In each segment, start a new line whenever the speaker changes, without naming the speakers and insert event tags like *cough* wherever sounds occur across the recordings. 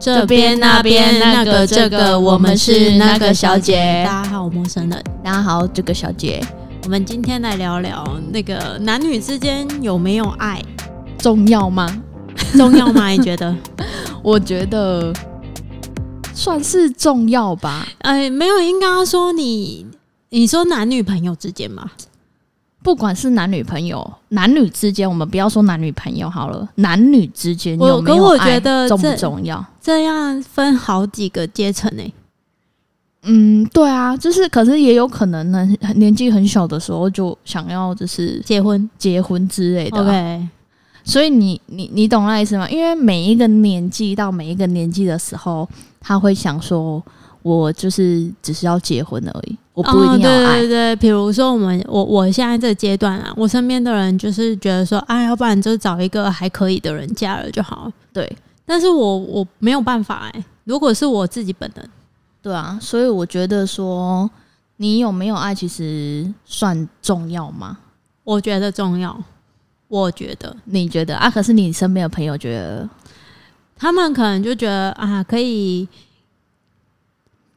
这边那边那个这个，我们是那个小姐。
大家好，我陌生人。
大家好，这个小姐，我们今天来聊聊那个男女之间有没有 *laughs* 爱
重要吗？
重要吗？你觉 *laughs* 得？
我觉得算是重要吧。
呃，没有，应该说你，你说男女朋友之间嘛，
不管是男女朋友，男女之间，我们不要说男女朋友好了，男女之间
我
有没
可
有
我
爱
觉得
重不
这
重要？
这样分好几个阶层欸诶。
嗯，对啊，就是可是也有可能呢，年纪很小的时候就想要就是
结婚
结婚之类的啊、
，OK，
所以你你你懂那意思吗？因为每一个年纪到每一个年纪的时候，他会想说，我就是只是要结婚而已，我
我
不一定要爱。
哦对对对，比如说我们，我我现在这个阶段啊，我身边的人就是觉得说，啊，要不然就找一个还可以的人嫁了就好了。
对
但是我我没有办法哎、如果是我自己本人，
对啊，所以我觉得说，你有没有爱其实算重要吗？
我觉得重要。我觉得
你觉得啊？可是你身边的朋友觉得，
他们可能就觉得啊，可以，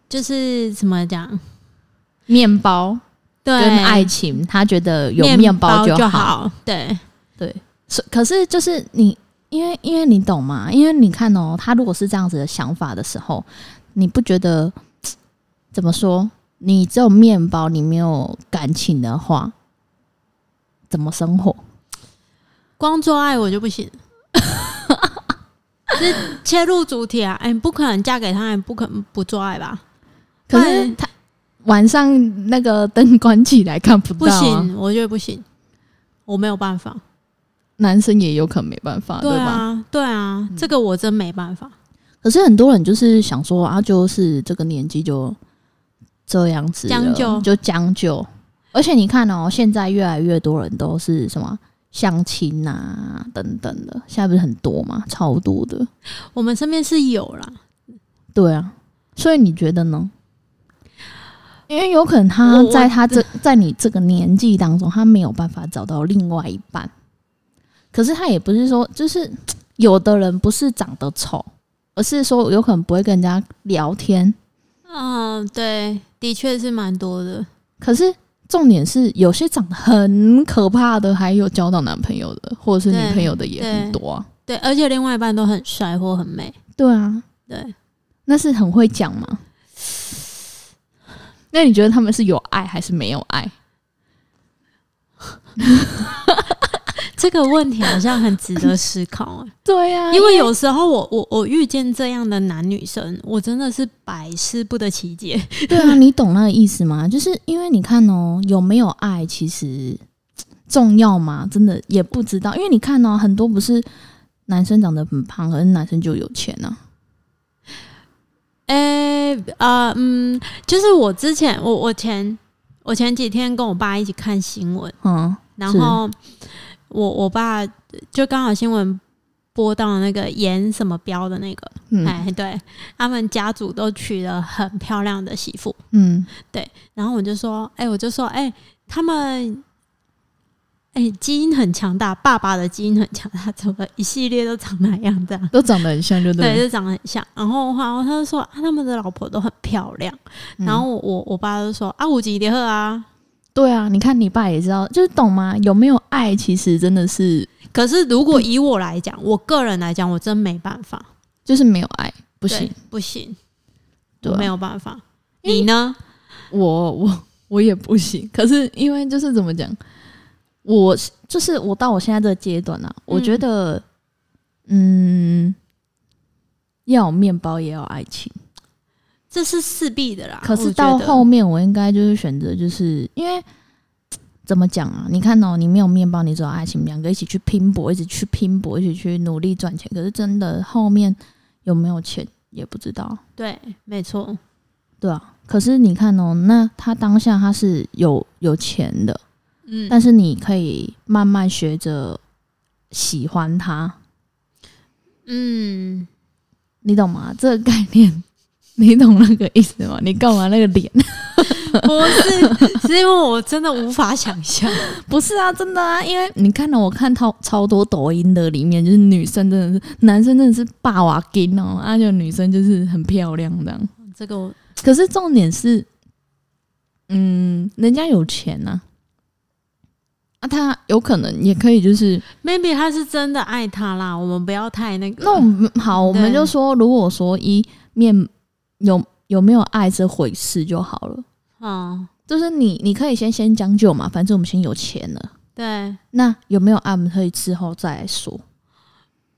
就是怎么讲，
面包
对，
跟爱情，他觉得有
面
面
包
包就好。
好，对，
对，所可是就是你，因为因为你懂吗？因为你看哦，他如果是这样子的想法的时候，你不觉得怎么说？你只有面包，你没有感情的话，怎么生活？
光做爱我就不行。 *laughs* 是切入主体啊！哎、你不可能嫁给他，你不可能不做爱吧？
可
哎
是他晚上那个灯关起来看不
不
到、啊，
行，我觉得不行，我没有办法。
男生也有可能没办法，
对
吧？嗯
啊，对啊，这个我真没办法。
可是很多人就是想说啊，就是这个年纪就这样子了
将就
就将就。而且你看哦，现在越来越多人都是什么相亲啊等等的，现在不是很多嘛，超多的。
我们身边是有啦，
对啊，所以你觉得呢？因为有可能他
我我
在他这在你这个年纪当中，他没有办法找到另外一半。可是他也不是说，就是有的人不是长得丑，而是说有可能不会跟人家聊天，
嗯，对，的确是蛮多的。
可是重点是，有些长得很可怕的，还有交到男朋友的，或者是
对
女朋友的也很多啊。
对，而且另外一半都很帅或很美。
对啊，
对，
那是很会讲 *sighs* 吗？那你觉得他们是有爱还是没有爱？
这个问题好像很值得思考、欸
对啊呀、
因为有时候我我我遇见这样的男女生，我真的是百思不得其解。 *laughs*
对 *laughs* 啊，你懂那个意思吗？就是因为你看哦，有没有爱其实重要吗？真的也不知道，因为你看哦，很多不是男生长得很胖，可是男生就有钱啊。
诶、啊、嗯，就是我之前我我前我前几天跟我爸一起看新闻，
嗯，
然后我我爸就刚好新闻播到了那个严什么标的那个，
嗯
哎，对他们家族都娶了很漂亮的媳妇，
嗯，
然后我就说，哎、我就说，哎、他们。哎、基因很强大，爸爸的基因很强大，怎么一系列都长那样这样？
都长得很像，就
对，
了
就长得很像。然后然后他就说、啊，他们的老婆都很漂亮。
嗯
然后我我我爸就说啊，五级的啊，
对啊，你看你爸也知道，就是懂吗？有没有爱，其实真的是
可是如果以我来讲，我个人来讲，我真没办法，
就是没有爱，
不
不行，
不行，
对
我
啊
没有办法。
因为
你呢？
我我我也不行。可是因为就是怎么讲，我是就是我到我现在这个阶段啊，我觉得，嗯，要有面包也要有爱情。
这是势必的啦。
可是
我
到
觉得
后面，我应该就是选择，就是因为怎么讲啊？你看哦，你没有面包，你只有爱情，两个一起去拼搏，一起去拼搏，一起去努力赚钱。可是真的后面有没有钱也不知道，
对，没错，
对啊。可是你看哦，那他当下他是有有钱的，
嗯，
但是你可以慢慢学着喜欢他，
嗯，
*laughs* 你懂吗？这个概念，你懂那个意思吗？你干嘛那个脸？
*laughs*
*laughs*
不是，是因为我真的无法想象。
不是啊，真的啊，因为你看到我看超超多抖音的里面，就是女生真的是，男生真的是霸王金哦，啊，就女生就是很漂亮这样。
这个我
可是重点是，嗯，人家有钱呐、啊，啊，他有可能也可以就是，
maybe 他是真的爱他啦，我们不要太那个。
那我们啊好，我们
对
就说，如果说一面有有没有爱这回事就好了，
嗯，
就是你你可以先先将就嘛，反正我们先有钱了。
对
那有没有爱，我们可以之后再来说。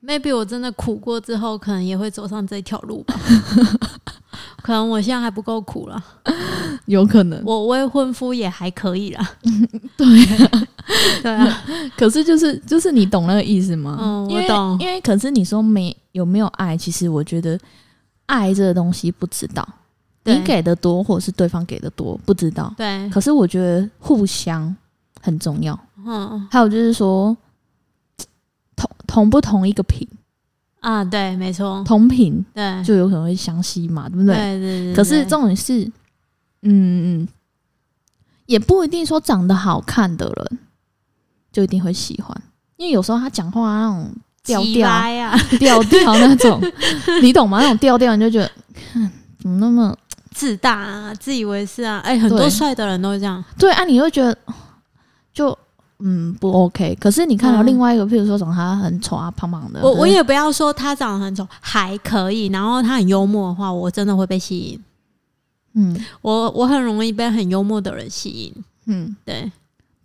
，maybe 我真的苦过之后，可能也会走上这条路
*laughs*
吧。可能我现在还不够苦了，
有可能，
我未婚夫也还可以啦。
*laughs*
*laughs* 对，对啊，
可是就是就是你懂那个意思吗？
嗯
因为
我懂
因为可是你说没有没有爱，其实我觉得爱这个东西不知道，
对
*laughs* 你给的多或者是对方给的多不知道。
对，
可是我觉得互相很重要，
嗯
还有就是说同同不同一个频，
啊，对，没错，
同频
对，
就有可能会相吸嘛，对不对？
对对对。
可是
对
重点是，嗯，嗯也不一定说长得好看的人就一定会喜欢，因为有时候他讲话那种调
鸡
调
掰啊，
调调那
*laughs*
种，你懂吗？那种调调你就觉得，看怎么那么
自大啊，自以为是啊，哎、很
对
多帅的人都这样，
对啊？你会觉得就。嗯，不 OK。可是你看到
嗯
另外一个，譬如说长得他很丑啊、胖胖的，
我我
可是
也不要说他长得很丑，还可以，然后他很幽默的话，我真的会被吸引。
嗯
我我很容易被很幽默的人吸引。
嗯，
对，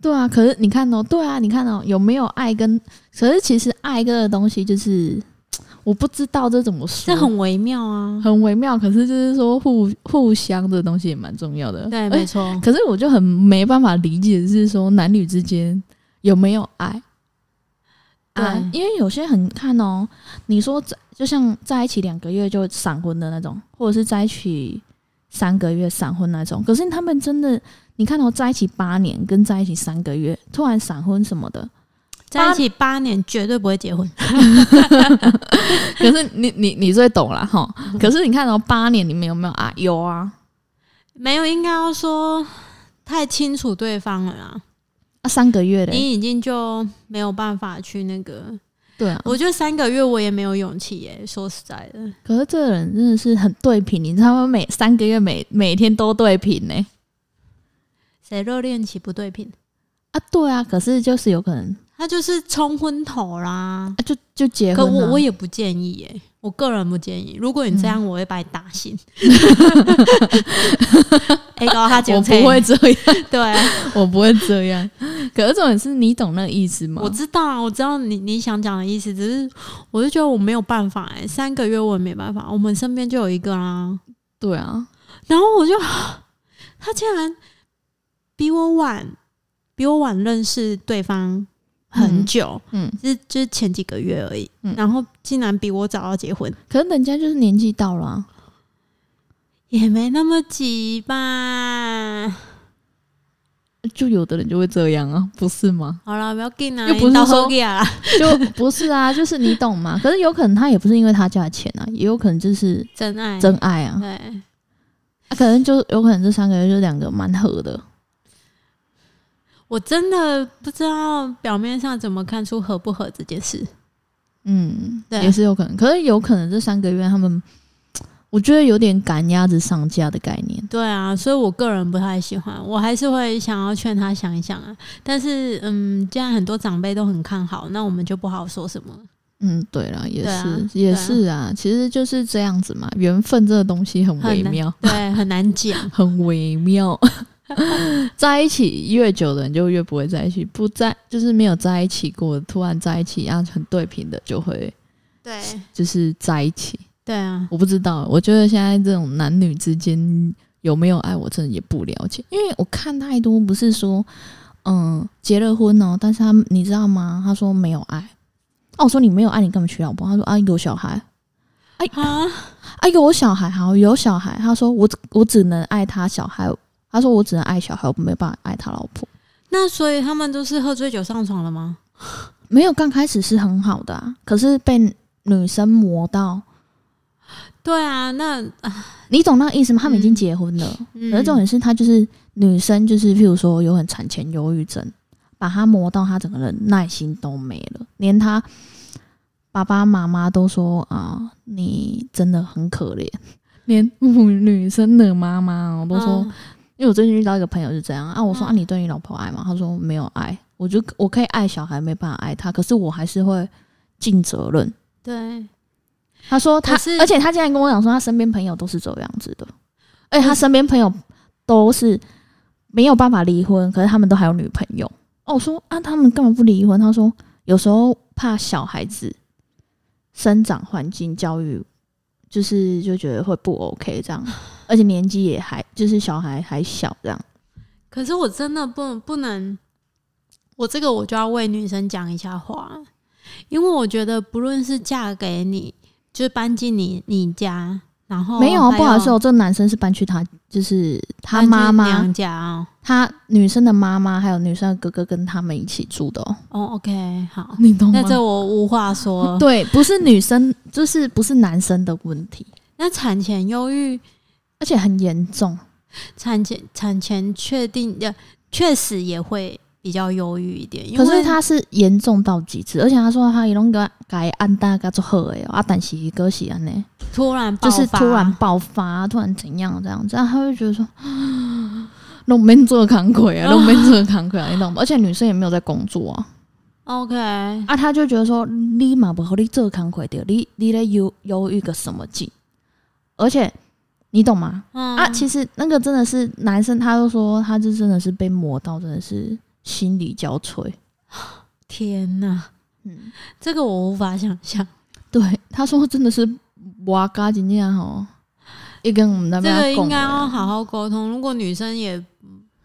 对啊，可是你看哦，对啊，你看哦，有没有爱跟？可是其实爱跟的东西就是，我不知道这怎么说，
这很微妙
*laughs*
啊。
很微妙。可是就是说互互相的东西也蛮重要的。
对，
而
没错。
哎可是我就很没办法理解，是说男女之间有没有爱？
对
爱，因为有些很看哦，你说在就像在一起两个月就闪婚的那种，或者是在一起三个月闪婚那种，可是他们真的，你看哦，在一起八年跟在一起三个月突然闪婚什么的， *laughs*
在一起八年绝对不会结婚。
可是你你你最懂啦哈。
嗯
可是你看哦，八年你们有没有爱？有啊，
没有，应该要说太清楚对方了啦。
啊三个月嘞，
你已经就没有办法去那个。
对啊，
我觉得三个月我也没有勇气耶、说实在的，
可是这个人真的是很对频，你知道吗？每三个月每每天都对频呢、
谁热恋期不对频？
啊，对啊，可是就是有可能
他就是冲昏头啦。
啊，就就结
可
婚、啊。
我我也不建议耶、我个人不建议。如果你这
嗯
样，我会把你打
*laughs*
醒。哎、搞他
我
警察
不会这样，
对，
*laughs* 我不会这样。可是重点是你懂那个意思吗？
我知道啊，我知道你你想讲的意思，只是我就觉得我没有办法哎、三个月我也没办法。我们身边就有一个啦，
对啊，
然后我就 *gasps* 他竟然比我晚，比我晚认识对方很久，
嗯，
就是就是前几个月而已，
嗯
然后竟然比我早要结婚，
可是人家就是年纪到了、啊，
也没那么急吧。
就有的人就会这样啊，不是吗？
好了，不要紧啊，
又不是
到
说
后啊， *laughs*
就不是啊， *laughs* 就是你懂吗？可是有可能他也不是因为他家的钱啊，也有可能就是
真爱
真爱啊，
对，
啊可能就有可能这三个月就两个蛮合的。
我真的不知道表面上怎么看出合不合这件事。
嗯，
对啊
也是有可能。可是有可能这三个月他们，我觉得有点赶鸭子上架的概念。
对啊，所以我个人不太喜欢，我还是会想要劝他想一想啊。但是，嗯，既然很多长辈都很看好，那我们就不好说什
*laughs*
么。
嗯，对了，也是、
对啊
也是啊，其实就是这样子嘛。缘分这个东西很微
很难
妙，
对，很难讲。
很
*laughs*
微妙。在一起越久的人就越不会在一起，不在就是没有在一起过，突然在一起，然啊后很对频的就会
对，
就是在一起。
对啊，
我不知道，我觉得现在这种男女之间有没有爱，我真的也不了解，因为我看太多，不是说，嗯，结了婚哦，但是他你知道吗？他说没有爱，哦，我说你没有爱，你干嘛娶老婆？他说啊，有小孩，
啊，
啊，有小孩，好，有小孩。他说我我只能爱他小孩，他说我只能爱小孩，我没办法爱他老婆。
那所以他们都是喝醉酒上床了吗？
没有，刚开始是很好的、啊，可是被女生磨到，
对啊，那
你懂那个意思吗？他们已经
嗯
结婚了。
嗯
可是重点是他就是女生就是譬如说有很产前忧郁症，把她磨到她整个人耐心都没了，连她爸爸妈妈都说啊，你真的很可怜。连母女生的妈妈哦都说，
嗯
因为我最近遇到一个朋友是这样啊，我说、
嗯
啊，你对你老婆爱吗？他说没有爱，我就我可以爱小孩，没办法爱她，可是我还是会尽责任。
对，
他说他
可是，
而且他竟然跟我讲说，他身边朋友都是这样子的，而且
可
他
是
身边朋友都是没有办法离婚，可是他们都还有女朋友。哦，我说啊，他们干嘛不离婚？他说有时候怕小孩子生长环境教育，就是就觉得会不 OK 这 *sighs* 样，而且年纪也还就是小孩还小这样。
可是我真的不不能，我这个我就要为女生讲一下话，因为我觉得不论是嫁给你，就是搬进你你家，然后
没有啊，不好意思哦，
还有
这个男生是搬去他就是他
搬进
妈妈，
娘家哦。
他女生的妈妈还有女生的哥哥跟他们一起住的哦，
哦，OK，好，
你懂吗？
那这我无话说了。
*laughs* 对，不是女生，就是不是男生的问题，
那产前忧郁，
而且很严重。
产前产前确定的确实也会比较忧郁一点，因
可
为
是他是严重到极致，而且他说他一弄个改按大概就好诶，啊，但是哥喜安呢，
突然爆
就是
发
突然爆发，突然怎样这样子，然后他会觉得说， *gasps* 弄没做扛
*laughs*
鬼啊，弄没做扛鬼啊，你懂吗？而且女生也没有在工作啊，
OK，嗯
啊，他就觉得说你嘛不和你做扛鬼的，你你在忧忧郁个什么劲？而且你懂吗？
嗯
啊，其实那个真的是男生，他都说他这真的是被磨到，真的是心力交瘁。
天哪，
嗯，
这个我无法想象。
对，他说真的是哇嘎今天吼，也跟我们那
这
边
个应
讲
该哦要
的
好好沟通。如果女生也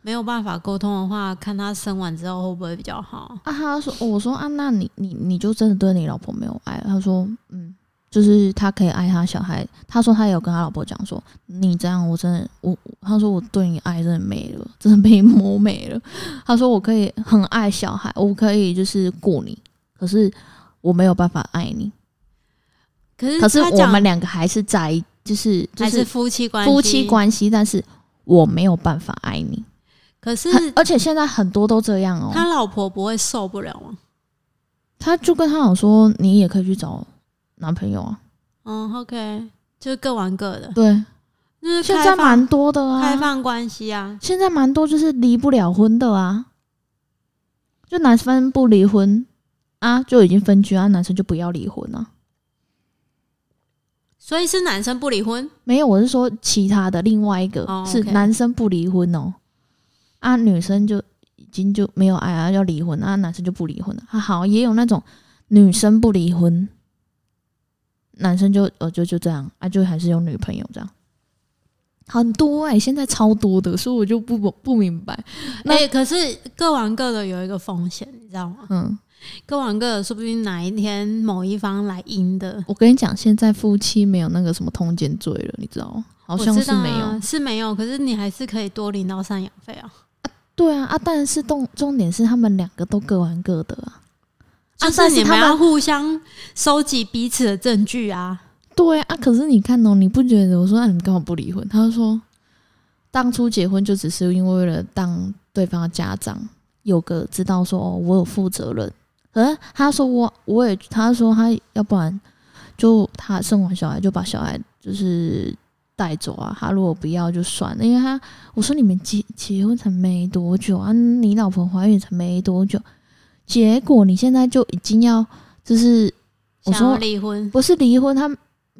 没有办法沟通的话，看她生完之后会不会比较好？
啊，他说、哦我说啊，那你你你就真的对你老婆没有爱了？他说嗯，就是他可以爱他小孩。他说他也有跟他老婆讲说，你这样我真的我，他说我对你爱真的没了，真的被 *laughs* 磨没了。他说我可以很爱小孩，我可以就是顾你，可是我没有办法爱你。
可是
可是
她
我
讲
们两个还是在一，就是就
还是
是
夫妻关系，
夫妻。关系，但是我没有办法爱你。
可是
很而且现在很多都这样哦、
他老婆不会受不了啊吗？
他就跟他讲说，你也可以去找男朋友啊。
嗯，OK，就是各玩各的，
对，
就是
现
开
在
放
蛮多的
开
啊，
放关系啊。
现在蛮多就是离不了婚的啊，就男生不离婚啊，就已经分居啊，男生就不要离婚啊。
所以是男生不离婚，
没有，我是说其他的另外一个、
哦
是
OK
男生不离婚哦，啊，女生就已经就没有爱啊，要离婚啊，男生就不离婚了、啊。好，也有那种女生不离婚，男生就呃就就这样啊，就还是有女朋友这样。很多哎、现在超多的，所以我就不不不明白。那
哎、可是各玩各的有一个风险，你知道吗？
嗯，
各玩各的，说不定哪一天某一方来赢的，
我跟你讲，现在夫妻没有那个什么通奸罪了，你知道吗？好
我
像
知
是
道
没有。
啊，是没有。可是你还是可以多领到赡养费啊。
对啊啊，但是重重点是他们两个都各玩各的啊。
就
啊
是
但是
你们
他们
要互相收集彼此的证据啊。
对啊，可是你看哦，你不觉得？我说那、你们干嘛不离婚？他就说，当初结婚就只是因为为了当对方的家长，有个知道说哦，我有负责任。可是他说我我也，他说他要不然就他生完小孩就把小孩就是带走啊，他如果不要就算了，因为他我说你们结结婚才没多久啊，你老婆怀孕才没多久，结果你现在就已经要就是我
想要
说
离婚，
不是离婚，他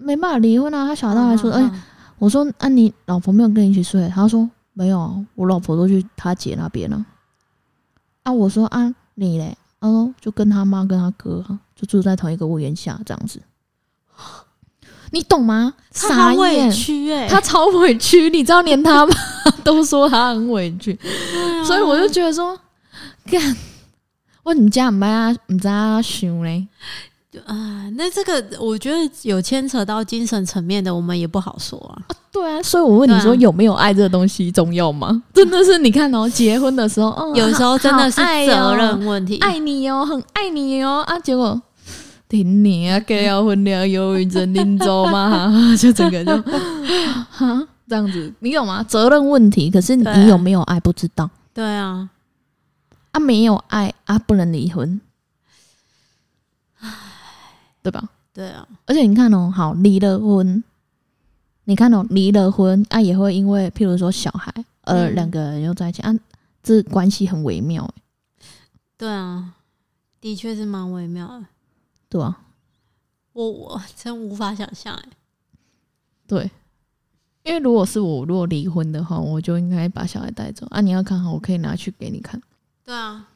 没办法离婚啊。他小到还说，哎、
嗯
我说啊，你老婆没有跟你一起睡？他说没有啊，我老婆都去他姐那边了、啊。我说啊，你嘞？他说就跟他妈跟他哥啊就住在同一个屋檐下这样子，你懂吗？
他好
傻
委
眼，
屈哎、
他超委屈，你知道，连他妈都说他很委屈。
对啊
所以我就觉得说，干，我你家唔知啊唔知道想嘞，
啊，那这个我觉得有牵扯到精神层面的，我们也不好说啊。
对啊，所以我问你说
对啊
有没有爱这个东西重要吗？真的是你看哦，结婚的时候，嗯，
有时候真的是
好爱
责
哦
任问题。
爱你哦，很爱你哦啊，结果顶 *laughs* 你啊，该要婚了，忧郁症临走嘛，就整个就哈，这样子，你懂吗？责任问题，可是
对啊
你有没有爱不知道
对啊，
啊，没有爱啊，不能离婚，对吧？
对啊，
而且你看哦，好离了婚，你看哦，离了婚啊，也会因为譬如说小孩，呃，
嗯
两、个人又在一起啊，这关系很微妙、欸，
对啊，的确是蛮微妙的。
对吧、啊？
我我真无法想象哎、
对，因为如果是我，如果离婚的话，我就应该把小孩带走啊。你要看好，我可以拿去给你看。
对啊，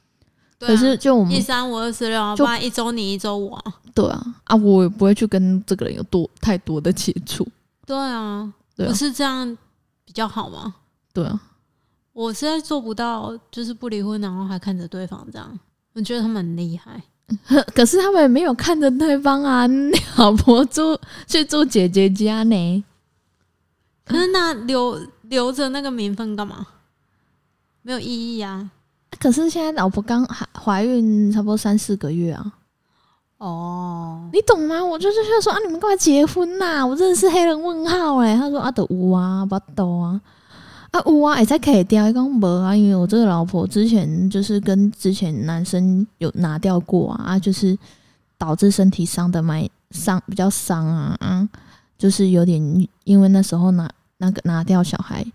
对啊
可是就我们
一三五二四六啊，
就
不然一周你一周我啊。
对啊啊，我也不会去跟这个人有多太多的接触。
对啊，
对啊
不是这样比较好吗？
对啊，
我实在做不到，就是不离婚，然后还看着对方这样，我觉得他们很厉害。
可是他们也没有看着对方啊， *laughs* 老婆住去住姐姐家呢。
可是那留留着那个名分干嘛？没有意义啊。
啊可是现在老婆刚还怀孕，差不多三四个月啊，
哦，
你懂吗？我就是想说啊，你们干嘛结婚呐、我真的是黑人问号哎、他说啊，都有啊，巴豆啊，啊有啊，也在可以掉。一讲无啊，因为我这个老婆之前就是跟之前男生有拿掉过啊，啊就是导致身体伤的蛮伤，比较伤啊啊，就是有点因为那时候拿那个拿掉小孩。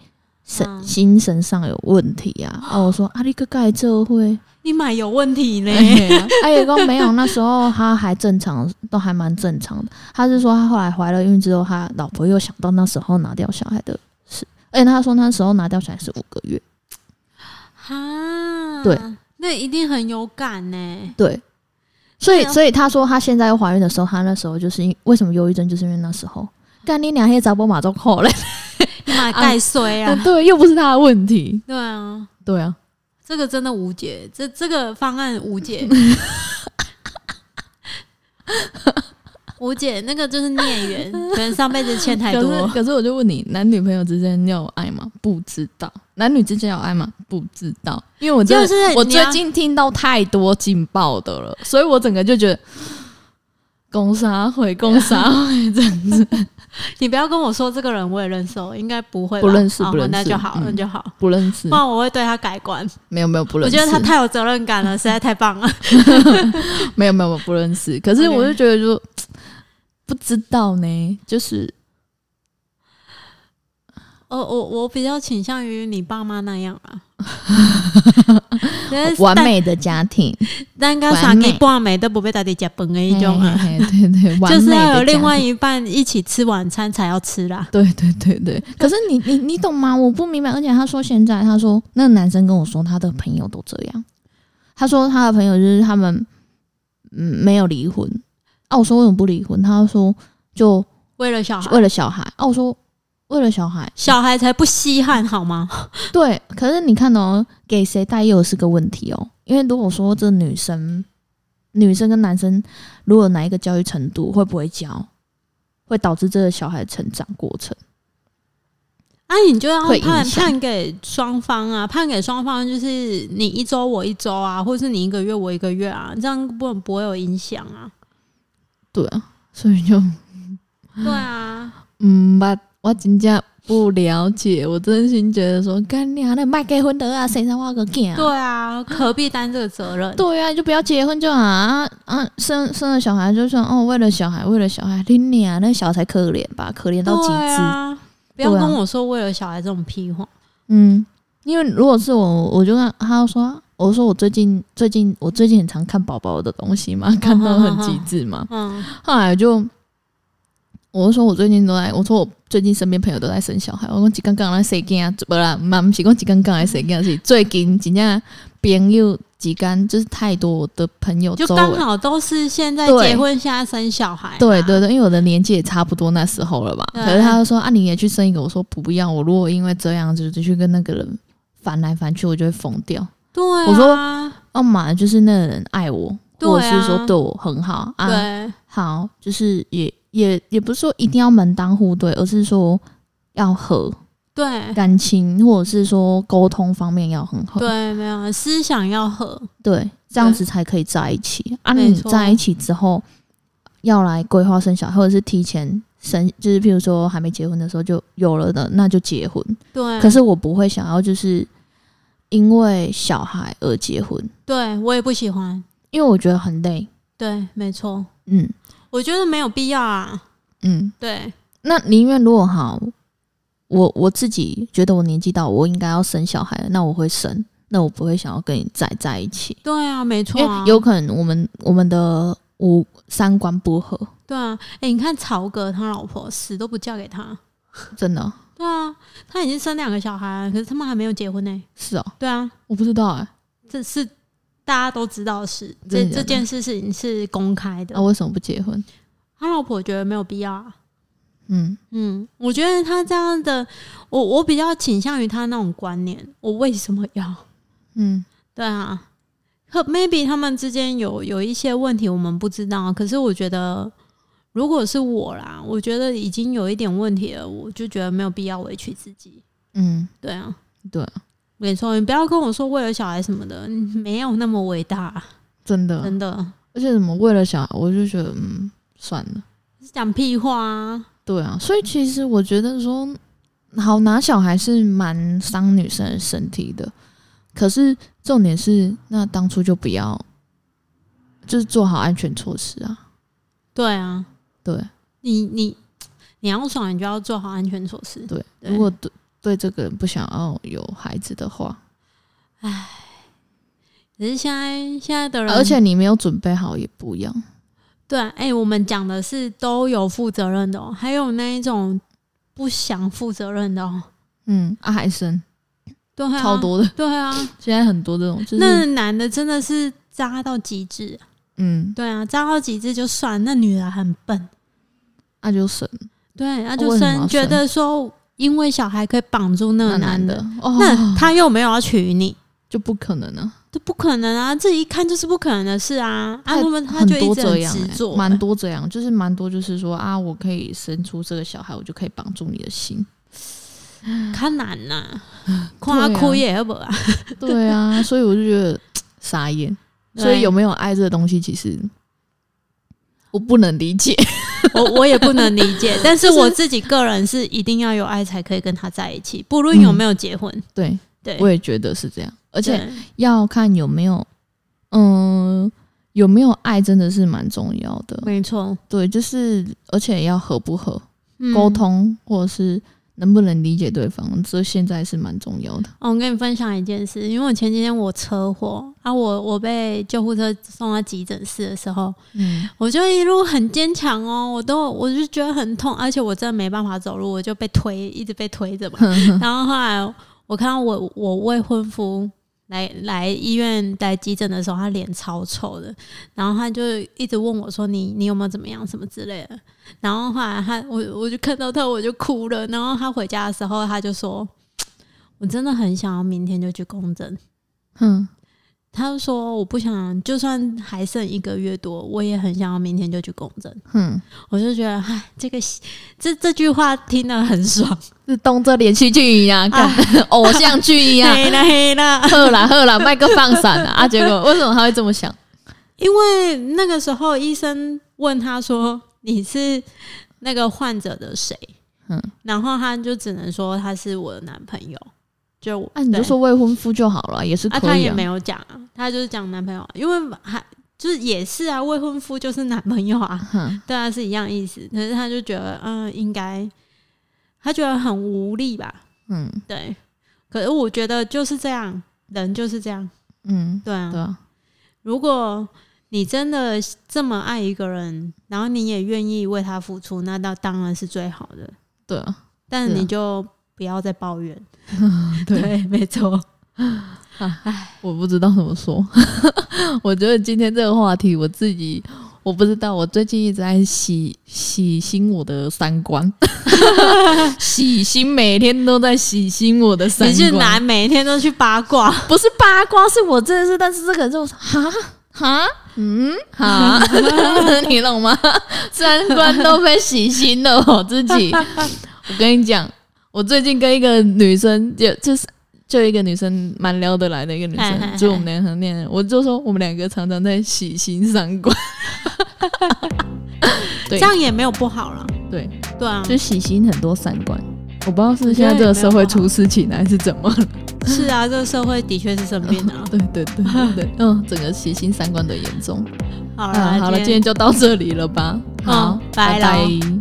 神
嗯
精神上有问题啊！啊，我说啊，你个盖这会，
你买有问题呢？ *laughs*
哎，也公没有，那时候他还正常，都还蛮正常的。他是说他后来怀了孕之后，他老婆又想到那时候拿掉小孩的事，而且他说那时候拿掉小孩是五个月，
哈，
对，啊
那一定很有感呢、
对，所以
对啊
所以他说他现在又怀孕的时候，他那时候就是因为什么忧郁症，就是因为那时候干你娘黑杂波马中扣嘞，，
你买盖衰啊
*laughs* 对，又不是他的问题，
对啊，
对啊，
这个真的无解，这这个方案无
*laughs*
解，无解。那个就是孽缘，可能上辈子欠太
可是
多。
可是我就问你，男女朋友之间要有爱吗？不知道，男女之间有爱吗？不知道，因为我真的
就是
我
你要
最近听到太多劲爆的了，所以我整个就觉得。攻杀会，攻杀会，这样子
你不要跟我说这个人我也认识哦，应该不会吧
不认识
哦
不认识
那就好，
嗯
那就好。
不认识
不，然我会对他改观。
哦没有没有不
我
认识，
觉得他太有责任感了，实在太棒
*laughs*
了。
没有没有不认识，可是
OK
我就觉得就不知道呢，就是
哦，我我比较倾向于你爸妈那样
*laughs*
啊，但是
完美的家庭，
咱甲三更半暝都不被大家食饭的一种啊，
嘿嘿嘿对对，
*laughs*
完
就是
美的
要有另
家
外
庭
一半一起吃晚餐才要吃啦。
对对对对，可是你你你懂吗？我不明白。而且他说现在，他说那个男生跟我说他的朋友都这样，他说他的朋友就是他们嗯没有离婚啊。我说为什么不离婚？他说就
为了小孩，
为了小孩啊。我说为了小孩，
小孩才不稀罕好吗？
对。可是你看哦，给谁带又是个问题哦。因为如果说这女生女生跟男生如果哪一个教育程度会不会教，会导致这个小孩的成长过程。
啊，你就要
会影
判
响
判给双方啊，判给双方就是你一周我一周啊，或是你一个月我一个月啊，这样不不会有影响啊。
对啊，所以就。
对啊，
嗯，捌，我真正不了解，我真心觉得说，干你啊，那卖结婚的啊，谁让我个囝、
对啊，何必担这个责任？
对啊，就不要结婚就好啊啊！生生了小孩就说哦，为了小孩，为了小孩，你娘那小孩才可怜吧，可怜到极
对
致。
啊，不要
对啊
跟我说为了小孩这种屁话。
嗯，因为如果是我，我就跟他说，我说我最近最近我最近很常看宝宝的东西嘛，看到很极致嘛。
嗯，
后来就我就说我最近都在，我说我最近身边朋友都在生小孩，我讲几刚刚来生囝啊，不啦，嘛不是讲几刚刚来生囝，是最近真正朋友几间就是太多我的朋友
就
周
刚
围。
好啊都是现在
欸对
结婚，现在生小孩、啊。
对对对，因为我的年纪也差不多那时候了吧。
对
可是他就说啊，你也去生一个。我说不要，我如果因为这样子就去跟那个人烦来烦去，我就会疯掉。
对啊，
我说要么就是那个人爱我，或者
对啊
是说对我很好啊，
对，
好，就是也也也不是说一定要门当户对，而是说要和
对
感情，或者是说沟通方面要很
哎
好，
对，没有啊思想要合，
对这样子才可以在一起。啊，
没
你
错
在一起之后要来规划生小孩，或者是提前生，就是譬如说还没结婚的时候就有了的，那就结婚。
对，
可是我不会想要就是因为小孩而结婚，
对我也不喜欢。
因为我觉得很累。
对，没错，
嗯
我觉得没有必要啊。
嗯，
对，
那宁愿如果好，我我自己觉得我年纪到，我应该要生小孩了，那我会生，那我不会想要跟你在在一起，
对啊，没错
因
啊
为。有可能我们我们的五三观不合，
对啊，哎、你看曹格他老婆死都不嫁给他。
真的
对啊，他已经生两个小孩了，可是他们还没有结婚呢、
是哦，
对啊，
我不知道哎、
这是大家都知道的事，这
真的假哦
这
的
件事情是公开的
那、。啊为什么不结婚？
他老婆觉得没有必要啊。
嗯
嗯，我觉得他这样的，我我比较倾向于他那种观念，我为什么要？
嗯
对啊，可 maybe 他们之间有有一些问题我们不知道，可是我觉得如果是我啦，我觉得已经有一点问题了，我就觉得没有必要委屈自己。
嗯，
对啊，
对啊
我跟你说，你不要跟我说为了小孩什么的，你没有那么伟大，
真的，
真的
而且怎么为了小孩，我就觉得嗯算了。
是讲屁话啊。
对啊，所以其实我觉得说，好拿小孩是蛮伤女生的身体的。可是重点是，那当初就不要，就是做好安全措施啊。
对啊，
对，
你你你要爽，你就要做好安全措施。
对
对
如果对对这个不想要有孩子的话，
可是现在现在的人，
啊而且你没有准备好也不一样。
对，哎、我们讲的是都有负责任的、哦，还有那一种不想负责任的、哦，
嗯，啊，还生
对啊，
超，多的，
对啊，
现在很多这种，就是
那男的真的是渣到极致，
嗯，
对啊，渣到极致就算，那女的很笨，
那就生
对，那
为
就
什么
生
要
觉
生
得说，因为小孩可以绑住那
那
个男
的
的，
哦，
那他又没有要娶你。
就不可能啊。
这不可能啊！这一看就是不可能的事啊！啊，
太
他们他
很
就一
多
直
这
很
样、
执
欸
着、
蛮
欸
多这样，就是蛮多，就是说啊，我可以生出这个小孩，我就可以绑住你
*laughs*
的心。
看难呐、看
*laughs* 对啊
哭也要不啊？
对啊，所以我就觉
*laughs*
得傻眼。
啊
所以有没有爱这个东西，其实我不能理
*laughs*
解。
我我也不能理
*laughs*
解，但是
就是
我自己个人是一定要有爱才可以跟他在一起，不论有没有结婚。
对，
对，
我也觉得是这样，嗯而
而
且要看有没有，嗯、有没有爱真的是蛮重要的。
没错，
对，就是而且要合不合，
嗯
沟、。通或者是能不能理解对方，这现在是蛮重要的。
哦，我跟你分享一件事，因为我前几天我车祸啊，我我被救护车送到急诊室的时候，
嗯
我就一路很坚强哦，我都我就觉得很痛，而且我真的没办法走路，我就被推，一直被推着嘛。然后后来我看到我我未婚夫来来医院来急诊的时候，他脸超臭的，然后他就一直问我说你你有没有怎么样什么之类的。然后后来他我我就看到他我就哭了，然后他回家的时候他就说，我真的很想要明天就去公证。
嗯。
他就说：“我不想，就算还剩一个月多，我也很想要明天就去公证。
哼，”
我就觉得，哎，这个这这句话听得很爽，
是当这连续剧一
啊
样，干 *laughs* 偶像剧一
*laughs*
样。
黑了黑了。
喝啦喝啦，麦克放闪
*laughs*
了啊！结果为什么他会这么想？
因为那个时候医生问他说：“你是那个患者的谁？”
嗯，
然后他就只能说他是我的男朋友。就
啊，你就
对
说未婚夫就好了，也是
啊，
可
他
以
也
啊
没。有讲啊，他就是讲男朋友，啊因为还就是也是啊，未婚夫就是男朋友啊。
哼，
对啊，是一样意思。可是他就觉得，嗯，应该他觉得很无力吧？
嗯
对。可是我觉得就是这样，人就是这样。
嗯，
对啊，
对啊，
如果你真的这么爱一个人，然后你也愿意为他付出，那那当然是最好的。
对啊，
但
是啊
你就不要再抱怨。
*laughs*
*laughs*
对
没错。
我不知道怎么说。 *laughs* 我觉得今天这个话题，我自己我不知道，我最近一直在洗洗新我的三观， *laughs* 洗新，每天都在洗新我的三
你是
观
男，。每天都去八
*laughs*
卦，
不是八卦，是我真的是，但是这个人就哈哈嗯哈， *laughs* 你懂吗？三观都被洗心了，我自己。我跟你讲，我最近跟一个女生，就就是就一个女生蛮聊得来的一个女
嗨嗨
生，
嗨
就我们两个很恋人，我就说我们两个常常在洗心三观。对 *laughs*
这样也没有不好了。
对，
对啊，
就洗新很多三观。我不知道是现在这个社会出事情了还是怎么了。
是啊，这个社会的确是生病啊
*laughs* 。对对对对对， *laughs* 嗯，整个洗新三观的严重。
好
啊，
了，
好了，今天就到这里了吧？
嗯
好，
拜
拜
咯
拜